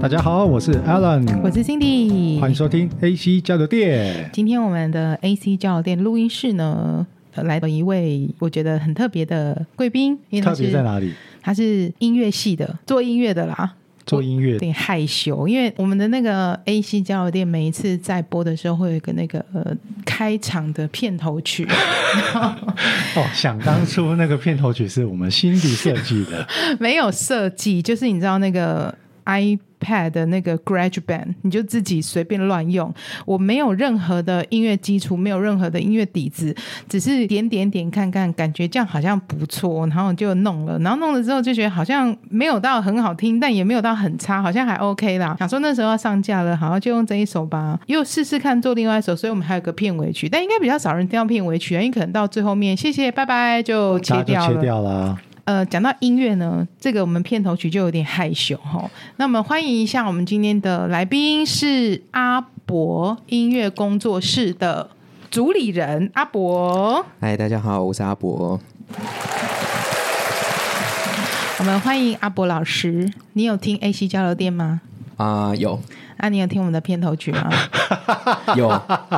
大家好，我是 Alan，我是 Cindy，欢迎收听 AC 交流店。今天我们的 AC 交流店录音室呢，呃来了一位我觉得很特别的贵宾，因为他特别在是哪里？他是音乐系的，做音乐的啦。做音乐有点害羞，因为我们的那个 A C 交流店每一次在播的时候会有一个那个呃开场的片头曲，哦，想当初那个片头曲是我们辛迪设计 的，没有设计，就是你知道那个 iPad 的那个 Garage Band，你就自己随便乱用。我没有任何的音乐基础，没有任何的音乐底子，只是点点点看看，感觉这样好像不错，然后就弄了。然后弄了之后就觉得好像没有到很好听，但也没有到很差，好像还 OK 啦。想说那时候要上架了，好就用这一首吧，又试试看做另外一首。所以我们还有个片尾曲，但应该比较少人听到片尾曲啊，因为可能到最后面，谢谢拜拜就切大家掉就了切。掉啦。呃，讲到音乐呢，这个我们片头曲就有点害羞哈。那我们欢迎一下我们今天的来宾是阿伯音乐工作室的主理人阿伯。嗨，大家好，我是阿伯。我们欢迎阿伯老师。你有听 A C 交流电吗？啊、有啊，你有听我们的片头曲 吗？ 有，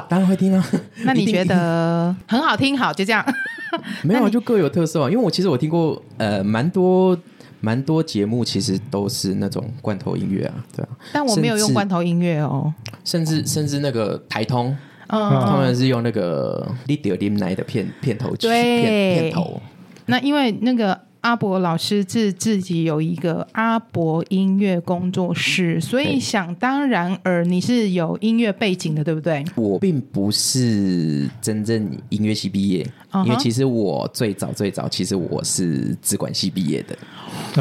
当然会听啊。那你一定觉得很好听？好，就这样。 没有那啊？你就各有特色啊。因为我其实我听过呃蛮多蛮多节目，其实都是那种罐头音乐啊，对啊。但我没有用罐头音乐哦。甚至甚至那个台通，他嗯，们是用那个《l i d i o l i m n i 的片片头曲对片片头。那因为那个阿伯老师自自己有一个阿伯音乐工作室，所以嗯对想当然而你是有音乐背景的，对不对？我并不是真正音乐系毕业嗯哼因为其实我最早最早其实我是资管系毕业的。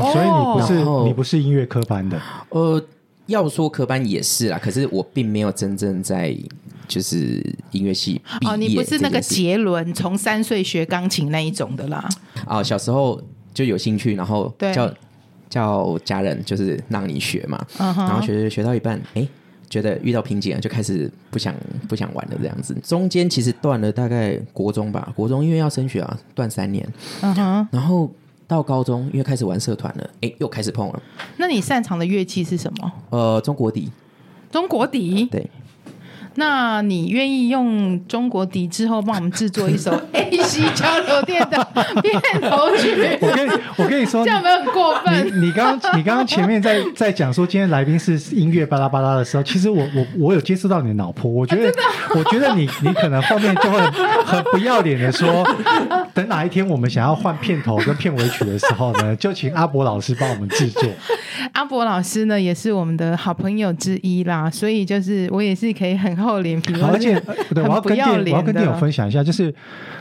哦所以你不是然后你不是音乐科班的，呃，要说科班也是啦，可是我并没有真正在就是音乐系毕业、哦，你不是那个节杰伦从三岁学钢琴那一种的啦。啊、小时候就有兴趣，然后对叫叫家人就是让你学嘛，嗯哼然后学学学到一半，哎。觉得遇到瓶颈了，就开始不想不想玩了这样子。中间其实断了大概国中吧，国中因为要升学啊，断三年。嗯哼，然后到高中，因为开始玩社团了，哎，又开始碰了。那你擅长的乐器是什么？呃，中国笛，中国笛。对，那你愿意用中国笛之后帮我们制作一首 A C 交流电的片头曲？我跟我跟你说这，样有没有很过分？你你刚你刚刚前面在在讲说今天来宾是音乐巴拉巴拉的时候，其实我我我有接触到你的脑波，我觉啊得、我觉得你你可能后面就会很不要脸的说，等哪一天我们想要换片头跟片尾曲的时候 呢，就请阿伯老师帮我们制作。阿伯老师呢，也是我们的好朋友之一啦，所以就是我也是可以很厚脸皮，好而且我呃是对，我很要不跟店要我要脸跟店友的。分享一下，就是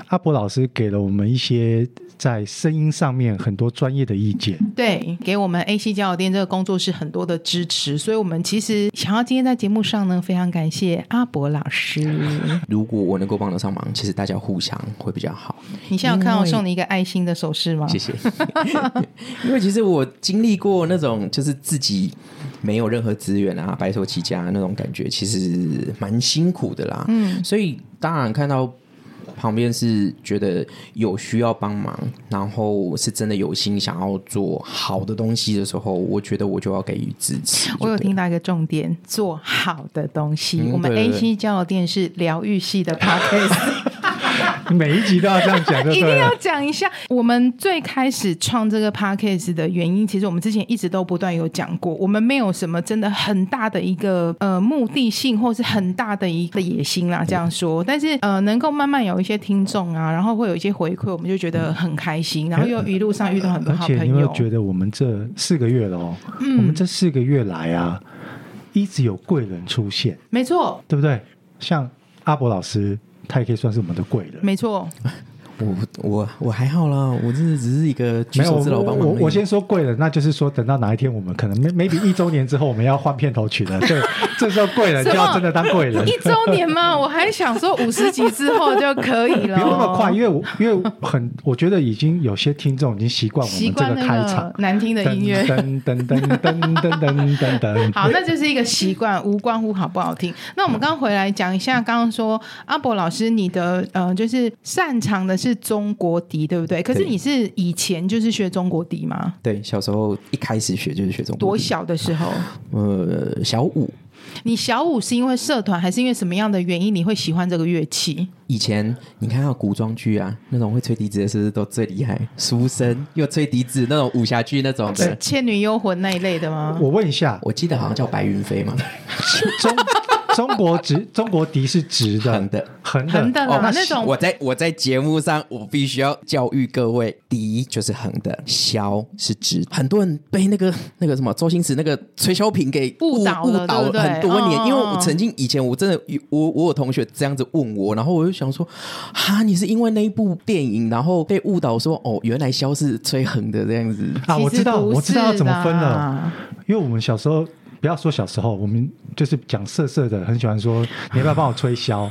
阿伯老师给了我们一些在声音上面很多专业的意 见。对，给我们 A C 交友店这个工作室很多的支持，所以我们其实想要今天在节目上呢，非常感谢阿伯老师。 如果我能够帮得上忙，其实大家互相会比较好。你现在有看到我送你一个爱心的手势吗？谢谢。 因为其实我经历过那种就是自己没有任何资源啊，白手起家那种感觉，其实蛮辛苦的啦。嗯，所以当然看到。旁边是觉得有需要帮忙，然后是真的有心想要做好的东西的时候，我觉得我就要给予支持。我有就对了听到一个重点，做好的东西。嗯我们对 A 对 C 交友店是疗愈系的 podcast。每一集都要这样讲，对 一不定对要了？讲一下，我们最开始创这个 podcast 的原因，其实我们之前一直都不断有讲过，我们没有什么真的很大的一个呃目的性，或是很大的一个野心啦，这样说。但是呃，能够慢慢有一些听众啊，然后会有一些回馈，我们就觉得很 开心，然后又一路上遇到很多而好且你有朋没友嗯有。觉得我们这四个月了哦，我们这四个月来啊，一直有贵人出现，没错，对不对？像阿伯老师，他也可以算是我们的贵人。没错，我我我还好啦，我这只是一个举没有，手之劳我帮忙而我已。我先说贵人，那就是说等到哪一天我们可能 may- maybe 一周年之后我们要换片头曲了，对，这时候贵人就什要么真的当贵 人。一周年嘛，我还想说五十集之后就可以了，不用那么快，因为我因为很，我觉得已经有些听众已经习惯我习们这惯个那开场个难听的音乐。噔噔噔噔噔噔噔噔 好，那就是一个习惯，无关乎好不好听。那我们刚回来讲一下，刚刚说阿伯老师，你的呃，就是擅长的是中国笛，对不对？可是对你是以前就是学中国笛吗？对，小时候一开始学就是学中国多笛，小的时候？呃，小五你小五是因为社团，还是因为什么样的原因你会喜欢这个乐器？以前你看到古装剧啊，那种会吹笛子的是不是都最厉害？书生又吹笛子，那种武侠剧那种是的，《倩女幽魂》那一类的吗？我问一下，我记得好像叫白云飞嘛，中 中国直中国笛是直的，横的，横的，横的啦，哦那种我在我在节目上，我必须要教育各位：第一就是横的，削是直。很多人被那个那个什么周星驰那个吹箫瓶给误误导了误导对不对很多年。嗯嗯因为我曾经以前我真的有我我有同学这样子问我，然后我就想说：哈，你是因为那一部电影，然后被误导说哦，原来箫是吹横的这样子。啊，我知道，我知道要怎么分了，了。因为我们小时候。不要说小时候，我们就是讲色色的，很喜欢说你要不要帮我吹 箫，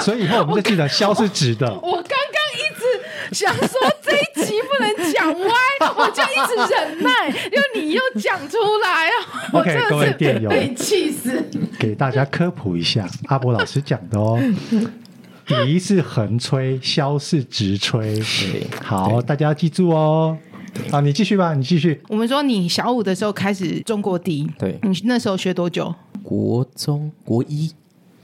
所以以后我们就记得箫是直的，我刚刚一直想说这一集不能讲歪，我就一直忍耐，又你又讲出 来啊！我 OK，真各的位是电友被气死。给大家科普一下阿伯老师讲的哦。笛是横吹，箫是直吹。对好，大家要记住哦。啊，你继续吧，你继续。我们说你小五的时候开始中国笛，对你那时候学多久？国中国一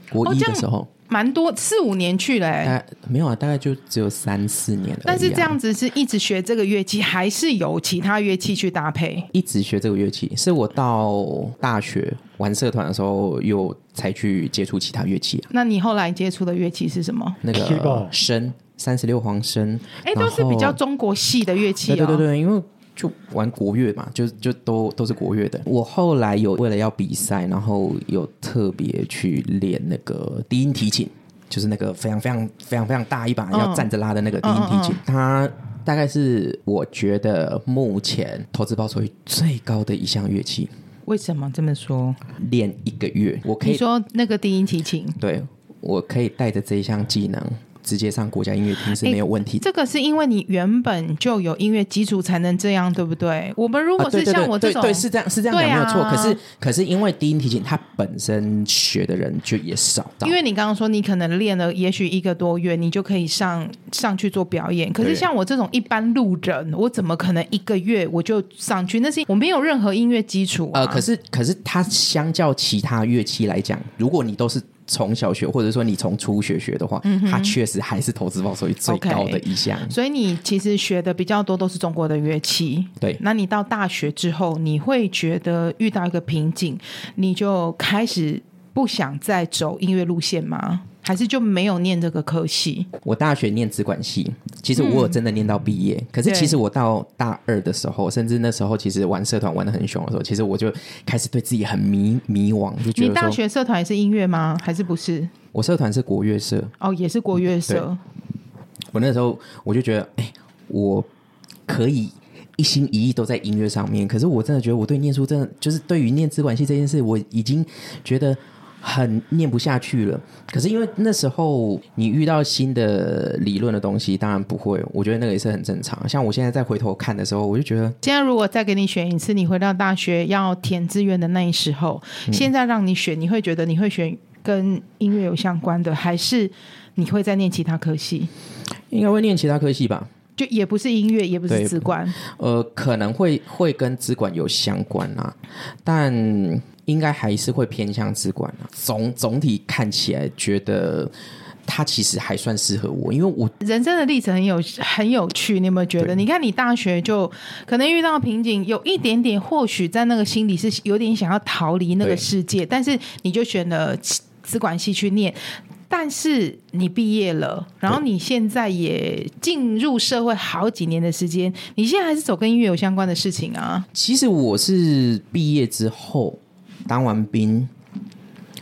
国哦一这的样时候，蛮多，四五年去了、大欸。概没有啊，大概就只有三四年而已啊。但是这样子是一直学这个乐器，还是有其他乐器去搭配？一直学这个乐器，是我到大学玩社团的时候又才去接触其他乐器啊。那你后来接触的乐器是什么？那 Keyboard 个笙，三十六簧笙，哎、都是比较然后中国系的乐器、哦。对对对对，因为就玩国乐嘛，就就都都是国乐的。我后来有为了要比赛，然后有特别去练那个低音提琴，就是那个非常非常非常非常大一把嗯要站着拉的那个低音提琴，它。大概是我觉得目前投资报酬率最高的一项乐器，为什么这么说？练一个月，我可你以说那个低音提琴，对我可以带着这一项技能直接上国家音乐厅是没有问题的。这个是因为你原本就有音乐基础才能这样，对不对？我们如啊，果对是对像我对这对种，对，是这样是这样讲对没啊有错。可是可是因为低音提琴它本身学的人就也少，因为你刚刚说你可能练了也许一个多月，你就可以上上去做表演。可是对像我这种一般路人，我怎么可能一个月我就上去？那是我没有任何音乐基础、啊。呃，可是可是它相较其他乐器来讲，如果你都是。从小学，或者说你从初学学的话，它确实还是投资报酬率嗯最 OK 高的一项。所以你其实学的比较多都是中国的乐器，对那你到大学之后，你会觉得遇到一个瓶颈，你就开始不想再走音乐路线吗？还是就没有念这个科系？我大学念资管系，其实我有真的念到毕业。可是嗯对其实我到大二的时候，甚至那时候其实玩社团玩的很凶的时候，其实我就开始对自己很迷迷惘，就觉你得大说学社团也是音乐吗？还是不是？我社团是国乐社，哦，也是国乐社。嗯我那时候我就觉得，哎、我可以。一心一意都在音乐上面，可是我真的觉得我对念书真的就是对于念资管系这件事，我已经觉得很念不下去了。可是因为那时候你遇到新的理论的东西，当然不会，我觉得那个也是很正常。像我现在再回头看的时候，我就觉得现在如果再给你选一次，你回到大学要填志愿的那一时候，嗯现在让你选，你会觉得你会选跟音乐有相关的，还是你会再念其他科系？应该会念其他科系吧，就也不是音乐，也不是对资管，呃，可能会会跟资管有相关啊，但应该还是会偏向资管啊。总总体看起来，觉得它其实还算适合我，因为我人生的历程很有很有趣，你有没有觉得？对你看你大学就可能遇到瓶颈，有一点点，或许在那个心里是有点想要逃离那个对世界，但是你就选了资管系去念。但是你毕业了，然后你现在也进入社会好几年的时间，你现在还是走跟音乐有相关的事情啊？其实我是毕业之后当完兵，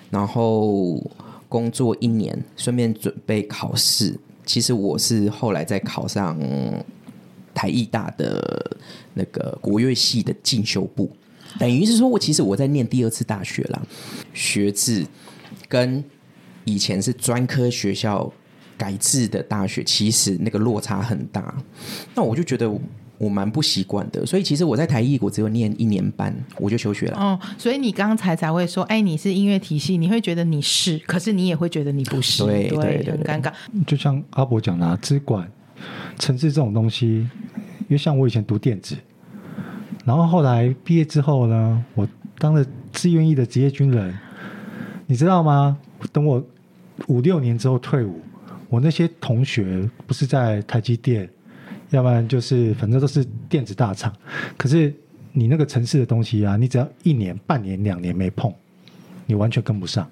然后工作一年，顺便准备考试。其实我是后来再考上台艺大的那个国乐系的进修部，等于是说我其实我在念第二次大学啦，学制跟以前是专科学校改制的大学，其实那个落差很大。那我就觉得我蛮不习惯的，所以其实我在台艺我只有念一年半，我就休学了。哦，所以你刚才才会说，哎，你是音乐体系，你会觉得你是，可是你也会觉得你不是，对对对很尴尬。就像阿伯讲的、啊，资管程式这种东西，因为像我以前读电子，然后后来毕业之后呢，我当了志愿役的职业军人，你知道吗？等我五六年之后退伍，我那些同学不是在台积电，要不然就是反正都是电子大厂，可是你那个城市的东西啊，你只要一年、半年、两年没碰，你完全跟不上。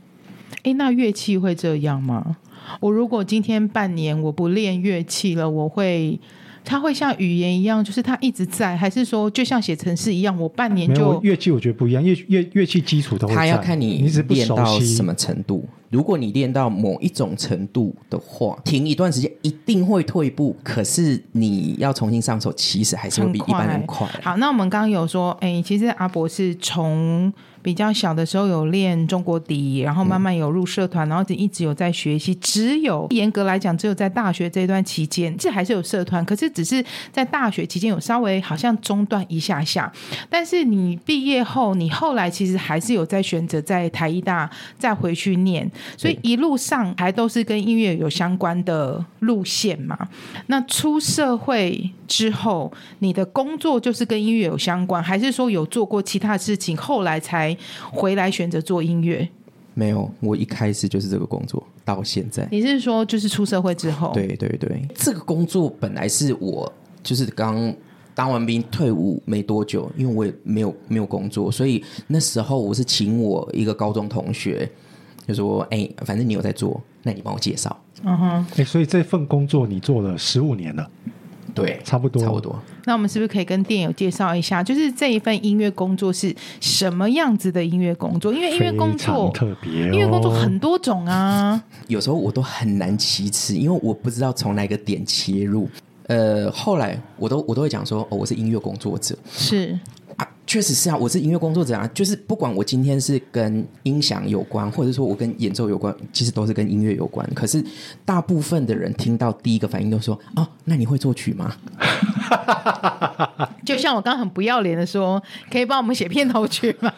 诶，哎那乐器会这样吗？我如果今天半年我不练乐器了，我会，它会像语言一样，就是它一直在，还是说就像写程式一样，我半年没有就我乐器，我觉得不一样，乐乐乐器基础都会他在要看你你只是不练熟到悉什么程度。如果你练到某一种程度的话，停一段时间一定会退步。可是你要重新上手，其实还是会很比一般人快。好，那我们刚刚有说，哎、其实阿伯是从比较小的时候有练中国笛，然后慢慢有入社团，然后一直有在学习。只有严格来讲，只有在大学这段期间，这还是有社团，可是只是在大学期间有稍微好像中断一下下。但是你毕业后，你后来其实还是有在选择在台艺大再回去念，所以一路上还都是跟音乐有相关的路线嘛。那出社会之后，你的工作就是跟音乐有相关，还是说有做过其他事情，后来才回来选择做音乐？没有，我一开始就是这个工作，到现在。你是说就是出社会之后？，对对对，哦这个工作本来是我就是刚当完兵退伍没多久，因为我也没有没有工作，所以那时候我是请我一个高中同学，就说：“哎、反正你有在做，那你帮我介绍。嗯哼。哎、所以这份工作你做了十五年了，”对，差不多差不多。那我们是不是可以跟店友介绍一下，就是这一份音乐工作是什么样子的音乐工作？因为音乐工作非常特别、哦，音乐工作很多种啊，有时候我都很难启齿，因为我不知道从哪个点切入。呃，后来我都我都会讲说，哦，我是音乐工作者是啊，确实是啊，我是音乐工作者啊，就是不管我今天是跟音响有关，或者说我跟演奏有关，其实都是跟音乐有关。可是大部分的人听到第一个反应都说，哦，那你会作曲吗？就像我刚刚很不要脸的说，可以帮我们写片头曲吗？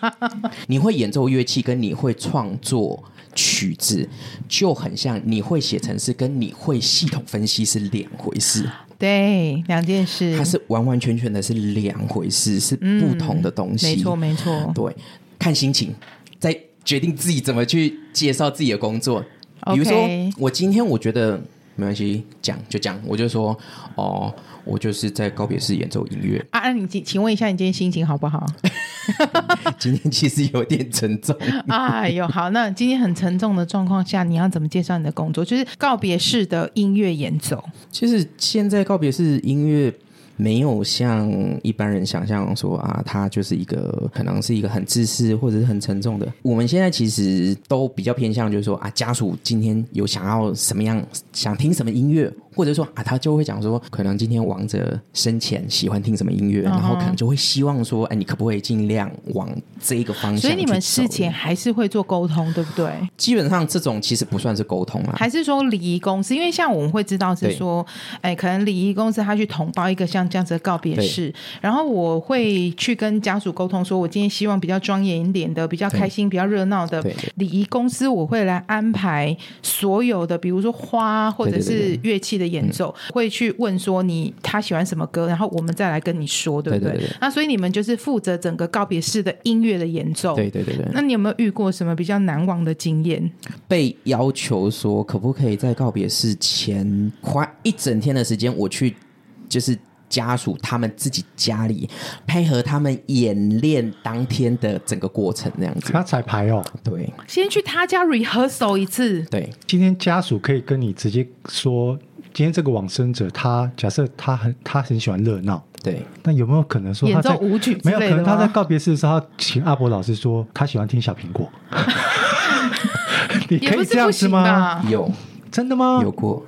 你会演奏乐器，跟你会创作曲子，就很像你会写程式，跟你会系统分析是两回事。对，两件事，它是完完全全的是两回事，是不同的东嗯西。没错，没错。对，看心情，再决定自己怎么去介绍自己的工作。比 OK 如说，我今天我觉得没关系，讲就讲，我就说哦，我就是在告别式演奏音 乐。啊，那你请请问一下，你今天心情好不好？今天其实有点沉重， 哎呦，好，那今天很沉重的状况下，你要怎么介绍你的工作？就是告别式的音乐演奏，就是现在告别式音乐。没有像一般人想象说啊，它就是一个可能是一个很自私或者是很沉重的。我们现在其实都比较偏向就是说啊，家属今天有想要什么样，想听什么音乐，或者说啊，他就会讲说，可能今天王者生前喜欢听什么音嗯乐，然后可能就会希望说，哎，你可不可以尽量往这个方向去走？所以你们事前还是会做沟通，对不对？基本上这种其实不算是沟通啦，还是说礼仪公司？因为像我们会知道是对说，哎，可能礼仪公司他去统包一个像这样子的告别式，然后我会去跟家属沟通，说我今天希望比较庄严一点的、比较开心、比较热闹的对对礼仪公司，我会来安排所有的，比如说花或者对对对嗯是乐器的演奏，会去问说你他喜欢什么歌，然后我们再来跟你说，对不对对对那所以你们就是负责整个告别式的音乐的演奏。对对对对。那你有没有遇过什么比较难忘的经验？被要求说，可不可以在告别式前花一整天的时间，我去就是家属他们自己家里配合他们演练当天的整个过程那样子。他彩排哦。对先去他家 rehearsal 一次，对，今天家属可以跟你直接说，今天这个往生者他假设他很他很喜欢热闹，对，但有没有可能说他演奏在舞曲之没有可类的能他在吗？告别式的时候，他请阿伯老师说他喜欢听小苹 果，你也可不以是这样不子行吗？吧？有真的吗有？过，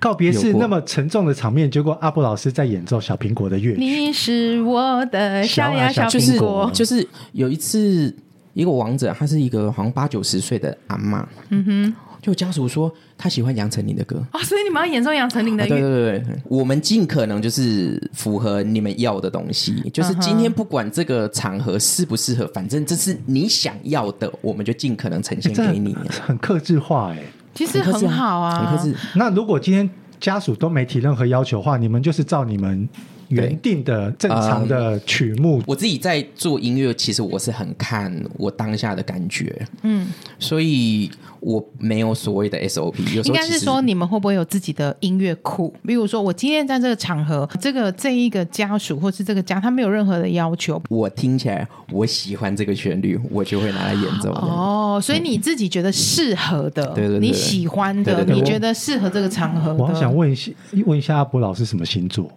告别式有过那么沉重的场面，结果阿伯老师在演奏小苹果的乐曲，你是我的小呀小就苹是果，就是有一次一个王者，他是一个好像八九十岁的阿嬷，嗯哼，就家属说他喜欢杨丞琳的歌。哦，所以你们要演奏杨丞琳的啊对乐，对对对，我们尽可能就是符合你们要的东嗯西，就是今天不管这个场合适不适合，反正这是你想要的，我们就尽可能呈现这给你。啊很克制化哎。其实很克制很啊好啊。很克制那如果今天家属都没提任何要求的话，你们就是照你们原定的正常的曲目。嗯我自己在做音乐，其实我是很看我当下的感觉，嗯，所以我没有所谓的 SOP。有时应候该其是实说你们会不会有自己的音乐库？比如说，我今天在这个场合，这个这一个家属或是这个家，他没有任何的要求。我听起来我喜欢这个旋律，我就会拿来演奏。哦，所以你自己觉得适合的，对对对你喜欢的，对对对你我觉得适合这个场合的，我好想问一下，问一下阿伯老师什么星座？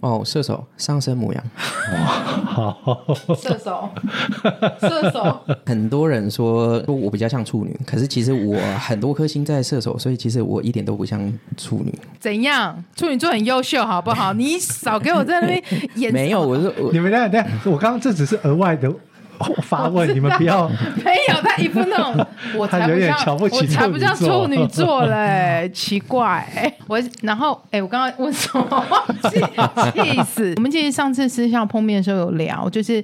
哦，射手上升模样，好，射手，射手，很多人说说我比较像处女，可是其实我很多颗星在射手，所以其实我一点都不像处女。怎样？处女座很优秀，好不 好？你少给我在那边演，没有，我是我你们等一下等一下，我刚刚这只是额外的发问，你们不 要。没有，他一副那 种我才他有不点像，瞧不起我才不像处女座处女座嘞，奇怪、我然后哎、我刚刚问什么？忘记 气死！我们其实上次私下碰面的时候有聊，就是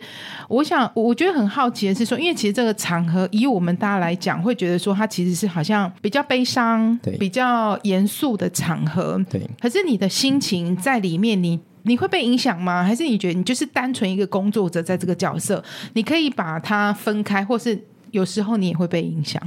我想，我觉得很好奇的是说，因为其实这个场合以我们大家来讲，会觉得说它其实是好像比较悲伤对、比较严肃的场合，对可是你的心情在里面，你你会被影响吗？还是你觉得你就是单纯一个工作者在这个角色，你可以把它分开，或是有时候你也会被影响？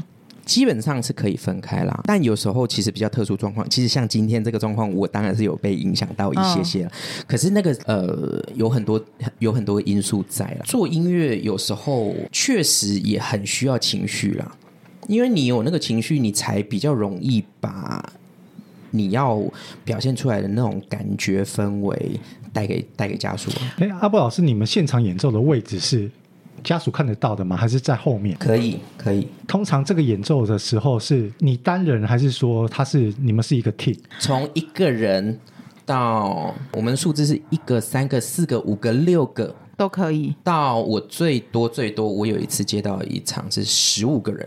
基本上是可以分开啦，但有时候其实比较特殊状况，其实像今天这个状况，我当然是有被影响到一些些了。可是那个呃，有很多有很多因素在了。做音乐有时候确实也很需要情绪啦，因为你有那个情绪，你才比较容易把你要表现出来的那种感觉氛围带给带给家属啊。哎，阿伯老师，你们现场演奏的位置是家属看得到的吗？还是在后面？可以，可以。通常这个演奏的时候是你单人，还是说他是你们是一个 team？从一个人到我们数字是一个、三个、四个、五个、六个，都可以，到我最多最多，我有一次接到一场是十五个人，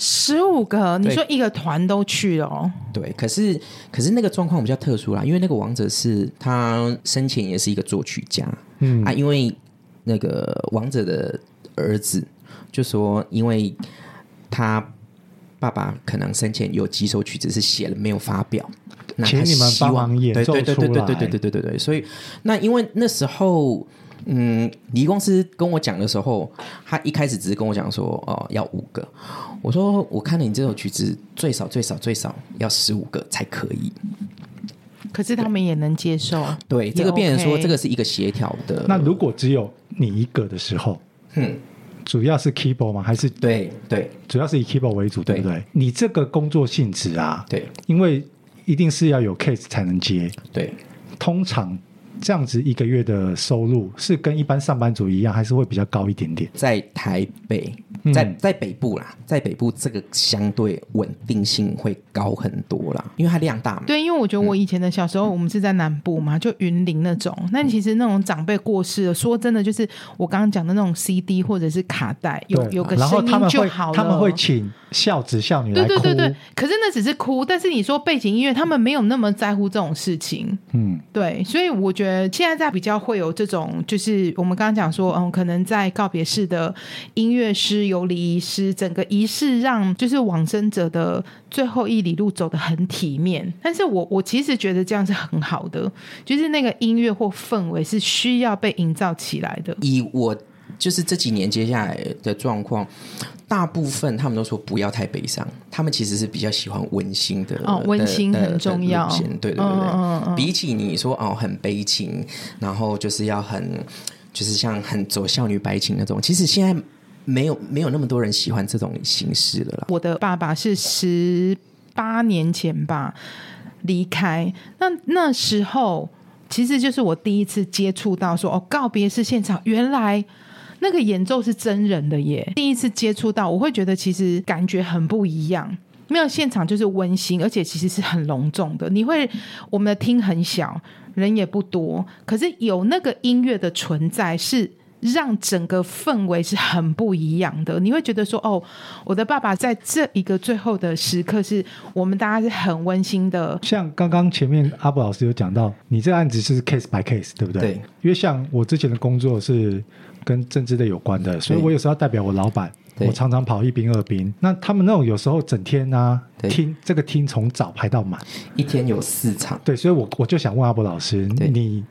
十五个，你对说一个团都去了哦，对，可是可是那个状况比较特殊啦，因为那个王者是他生前也是一个作曲家，嗯啊，因为那个王者的儿子就说，因为他爸爸可能生前有几首曲子是写了没有发表，那他请你们希帮望忙演对奏对对对出对来对对对对对对，所以那因为那时候。嗯，李公司跟我讲的时候，他一开始只是跟我讲说，哦，要五个。我说，我看了你这首曲子，最少最少最少要十五个才可以。可是他们也能接受。对，也这个变成说， OK 这个是一个协调的。那如果只有你一个的时候，呃嗯，主要是 keyboard 吗？还是对对主要是以 keyboard 为主，对不对？你这个工作性质啊，对因为一定是要有 case 才能接，对，通常这样子一个月的收入是跟一般上班族一样，还是会比较高一点点。在台北，嗯在在北部啦，在北部这个相对稳定性会高很多啦，因为它量大嘛。对，因为我觉得我以前的小时候，我们是在南部嘛，就云林那种。那其实那种长辈过世了，说真的，就是我刚刚讲的那种 CD 或者是卡带，有对有个然后声他音们就会好了。他们会请孝子孝女来对哭，对对对，可是那只是哭，但是你说背景音乐，他们没有那么在乎这种事情。嗯，对，所以我觉得现在在比较会有这种，就是我们刚刚讲说，嗯，可能在告别式的音乐师、有礼仪师，整个仪式让就是往生者的最后一里路走得很体面。但是我我其实觉得这样是很好的，就是那个音乐或氛围是需要被营造起来的。以我就是这几年接下来的状况，大部分他们都说不要太悲伤，他们其实是比较喜欢温馨的。哦温馨的的很重要的路线对对对嗯对，嗯嗯比起你说哦很悲情，然后就是要很就是像很走少女白情那种，其实现在没有没有那么多人喜欢这种形式的啦。我的爸爸是十八年前吧离开，那那时候其实就是我第一次接触到说哦，告别式现场原来。那个演奏是真人的耶，第一次接触到，我会觉得其实感觉很不一样。没有现场就是温馨，而且其实是很隆重的。你会，我们的厅很小，人也不多，可是有那个音乐的存在，是让整个氛围是很不一样的。你会觉得说，哦，我的爸爸在这一个最后的时刻是，我们大家是很温馨的。像刚刚前面阿布老师有讲到，你这个案子是 case by case，对不对？对因为像我之前的工作是跟政治类有关的，所以我有时候要代表我老板，对我常常跑一兵二兵。那他们那种有时候整天啊，对听这个听从早排到满，一天有四场，对，所以我我就想问阿布老师，对你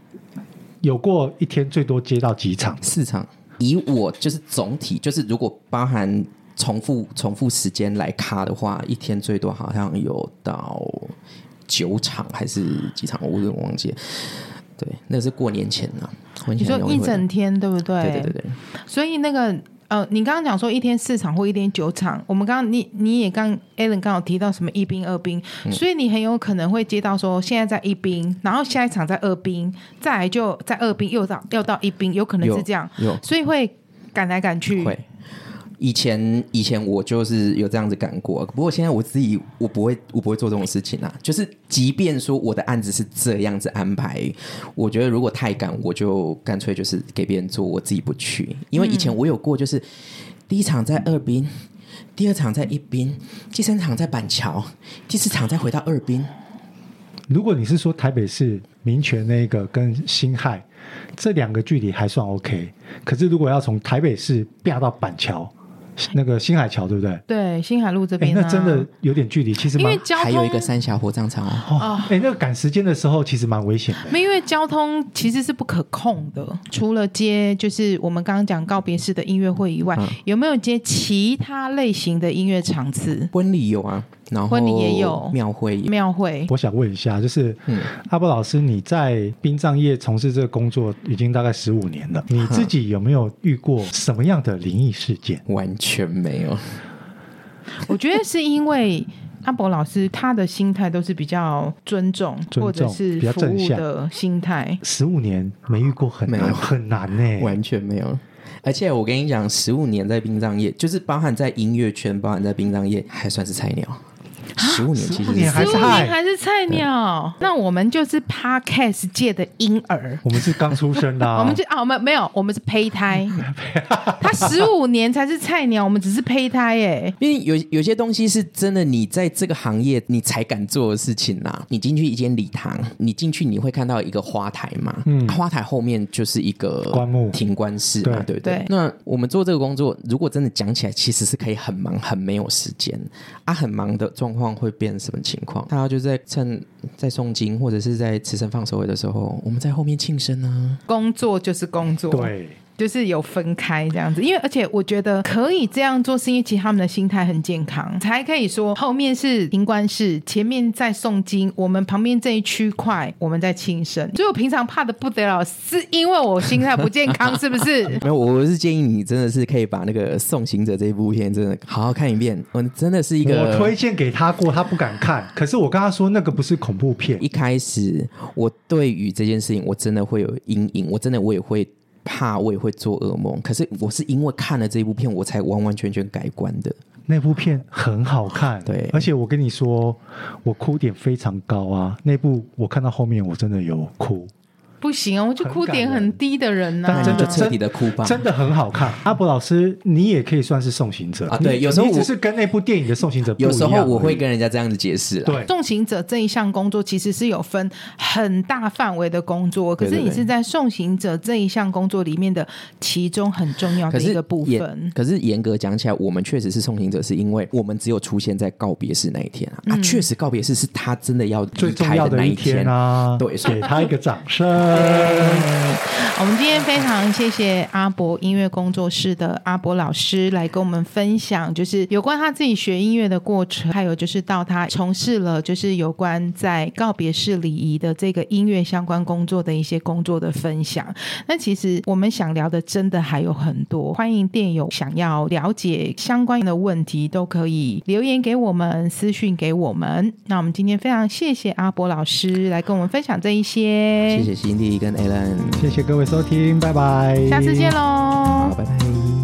有过一天最多接到几场？四场。以我就是总体，就是如果包含重复重复时间来卡的话，一天最多好像有到九场还是几场，我有点忘记了。对，那是过年前啊，过年你前说容易一会整天，对不对？对对对对。对所以那个呃，你刚刚讲说一天四场或一天九场，我们刚刚你你也刚 Alan 刚好提到什么一兵二兵，嗯所以你很有可能会接到说现在在一兵，然后下一场在二兵，再来就在二兵又到又到一兵，有可能是这样，有有所以会赶来赶去。会。以前以前我就是有这样子赶过，不过现在我自己我不会我不会做这种事情啊。就是即便说我的案子是这样子安排，我觉得如果太赶，我就干脆就是给别人做，我自己不去。因为以前我有过，就是第一场在二兵，第二场在一兵，第三场在板桥，第四场再回到二兵。如果你是说台北市民权那个跟辛亥这两个距离还算 OK，可是如果要从台北市啪到板桥，那个新海桥，对不对？对，新海路这哎、边、啊那真的有点距离，其实因蛮为交还通有一个三峡火葬场哦，哦，哎、那个赶时间的时候其实蛮危险的。没有因为交通其实是不可控的，除了接就是我们刚刚讲告别式的音乐会以外，嗯有没有接其他类型的音乐场次？婚礼有啊，然后婚礼也有庙会也庙会我想问一下，就是、嗯阿波老师，你在殡葬业从事这个工作已经大概十五年了，你自己有没有遇过什么样的灵异事件？完全没有。我觉得是因为阿伯老师他的心态都是比较尊重，尊重或者是比较服正务向的心态。十五年没遇过很没难有很难呢、完全没有。而且我跟你讲，十五年在殡葬业，就是包含在音乐圈，包含在殡葬业，还算是菜鸟。十五年其实15年是还十是五嗨年还是菜鸟，那我们就是 podcast 界的婴儿。我们是刚出生的、啊， 我们就啊，我们没有，我们是胚 胎。他十五年才是菜鸟，我们只是胚胎耶。因为有有些东西是真的，你在这个行业你才敢做的事情啦。你进去一间礼堂，你进去你会看到一个花台嘛，啊嗯花台后面就是一个棺木停棺室嘛，对对不对对？那我们做这个工作，如果真的讲起来，其实是可以很忙，很没有时间啊，很忙的状况会变什么情况？大家就在趁在诵经或者是在慈生放手会的时候，我们在后面庆生啊，工作就是工作，，对。就是有分开这样子。因为而且我觉得可以这样做，是因为其实他们的心态很健康，才可以说后面是停官室，前面在诵经，我们旁边这一区块我们在庆生。所以我平常怕的不得了，是因为我心态不健康，是不是？没有，我是建议你真的是可以把那个《送行者》这一部片真的好好看一遍。嗯，真的是一个我推荐给他过，他不敢 看。可是我跟他说，那个不是恐怖片一，开始我对于这件事情我真的会有阴影，我真的我也会怕，我也会做噩梦。可是我是因为看了这部片，我才完完全全改观的。那部片很好看。对而且我跟你说，我哭点非常高啊。那部我看到后面，我真的有哭，不行哦，我就哭点很低的人啊呐、但啊真的那你 就彻底的哭吧。真的很好看。阿伯老师，你也可以算是送行者啊对你有时候你只我是跟那部电影的送行者不一有样时候我会而跟啊人家这样子解释已啦。对。送行者这一项工作其实是有分很大范围的工作，可是对对你对是在送行者这一项工作里面的其中很重啊要可的一是个部分严，。可是严格讲起来，我们确实是送行者，是因为我们只有出现在告别式那一天啊。啊，确实告别式是他真的要嗯最离重开要那的一天天啊！对所以给他一个掌声。我们今天非常谢谢阿伯音乐工作室的阿伯老师来跟我们分享，就是有关他自己学音乐的过程，还有就是到他从事了就是有关在告别式礼仪的这个音乐相关工作的一些工作的分享。那其实我们想聊的真的还有很多，欢迎电友想要了解相关的问题都可以留言给我们，私讯给我们。那我们今天非常谢谢阿伯老师来跟我们分享这一些，谢谢辛迪跟 Alan，谢谢各位收听，拜拜，下次见喽，好，拜拜。